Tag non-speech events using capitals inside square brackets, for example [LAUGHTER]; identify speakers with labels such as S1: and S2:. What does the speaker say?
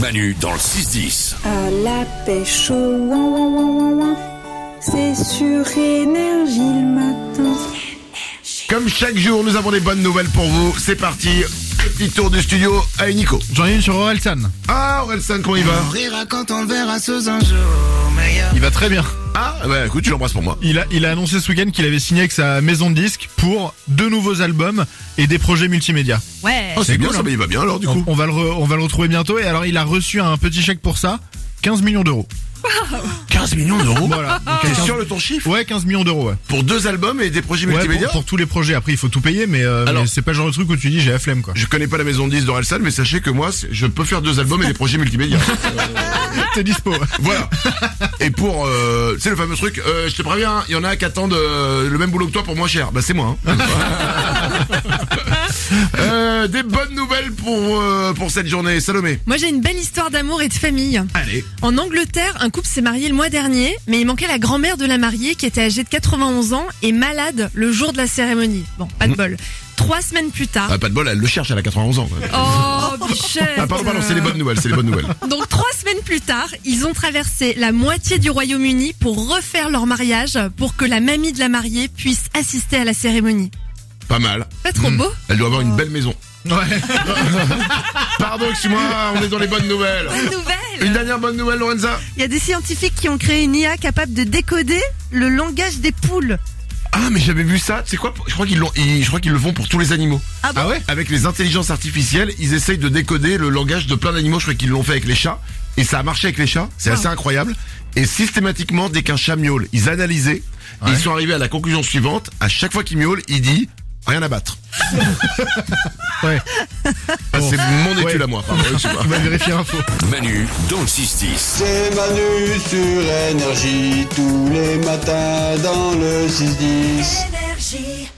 S1: Manu dans le 6-10.
S2: À la pêche au ouin, ouin, ouin, ouin, ouin. c'est sur énergie le matin.
S3: Comme chaque jour, nous avons des bonnes nouvelles pour vous. C'est parti. Petit tour du studio à Nico.
S4: J'en ai une sur Orelsan.
S3: Ah, Orelsan, comment il va
S5: On rira quand on le verra sous un jour meilleur.
S4: Il va très bien.
S3: Ah, bah écoute, tu l'embrasses pour moi.
S4: Il a, il a annoncé ce week-end qu'il avait signé avec sa maison de disques pour deux nouveaux albums et des projets multimédia.
S6: Ouais.
S3: Oh, c'est
S4: C'est
S3: bien
S4: cool,
S3: ça,
S4: hein.
S3: mais il va bien alors du
S4: On,
S3: coup.
S4: on va le re- on va le retrouver bientôt et alors il a reçu un petit chèque pour ça, 15
S3: [LAUGHS]
S4: millions d'euros.
S3: 15 millions d'euros
S4: Voilà. Donc, à
S3: T'es
S4: 15
S3: sûr de ton chiffre
S4: Ouais, 15 millions d'euros, ouais.
S3: Pour deux albums et des projets
S4: Ouais,
S3: multimédia
S4: pour, pour tous les projets. Après, il faut tout payer, mais, euh,
S3: Alors-
S4: mais c'est pas le genre de truc où tu dis j'ai la
S3: [LAUGHS]
S4: flemme, quoi.
S3: Je connais pas la maison de 10 d'Orelsan, mais sachez que moi, c'est- je peux faire deux albums et des projets
S4: [LAUGHS]
S3: multimédia.
S4: T'es dispo.
S3: voilà. Et pour, euh, c'est le fameux truc, euh, je te préviens, il y en a qui attendent euh, le même boulot que toi pour moins cher. Bah c'est moi. [LAUGHS] hein. Euh, des bonnes nouvelles pour euh, pour cette journée, Salomé.
S6: Moi, j'ai une belle histoire d'amour et de famille.
S3: Allez.
S6: En Angleterre, un couple s'est marié le mois dernier, mais il manquait la grand-mère de la mariée qui était âgée de 91 ans et malade le jour de la cérémonie. Bon, pas
S3: Mmh.
S6: de bol. Trois semaines plus tard.
S3: Ah, pas de bol, elle le cherche, elle a 91 ans.
S7: [LAUGHS]
S6: Oh, bichette.
S3: Ah pardon, pardon, c'est les bonnes nouvelles, c'est les bonnes nouvelles.
S6: Donc trois semaines plus tard, ils ont traversé la moitié du Royaume-Uni pour refaire leur mariage pour que la mamie de la mariée puisse assister à la cérémonie.
S3: Pas mal.
S6: Pas trop beau
S3: Elle doit avoir une belle maison.
S4: Ouais.
S3: Pardon, excuse-moi, on est dans les bonnes nouvelles.
S6: Bonne nouvelle
S3: Une dernière bonne nouvelle, Lorenza.
S7: Il y a des scientifiques qui ont créé une IA capable de décoder le langage des poules.
S3: Ah, mais j'avais vu ça. C'est quoi Je crois qu'ils l'ont. ils- Je crois qu'ils le font pour tous les animaux.
S7: Ah bon
S3: ouais Avec les intelligences artificielles, ils essayent de décoder le langage de plein d'animaux. Je crois qu'ils l'ont fait avec les chats. Et ça a marché avec les chats. C'est
S7: Ah.
S3: assez incroyable. Et systématiquement, dès qu'un chat miaule, ils analysaient. Et ils sont arrivés à la conclusion suivante. À chaque fois qu'il miaule, il dit rien à battre.
S4: Ouais.
S3: Ah, c'est mon étude
S4: Ouais.
S3: à moi. pardon, excuse-moi.
S4: On va vérifier l'info.
S1: Manu dans le 6-10.
S8: C'est Manu sur énergie tous les matins dans le 6-10.
S2: Énergie.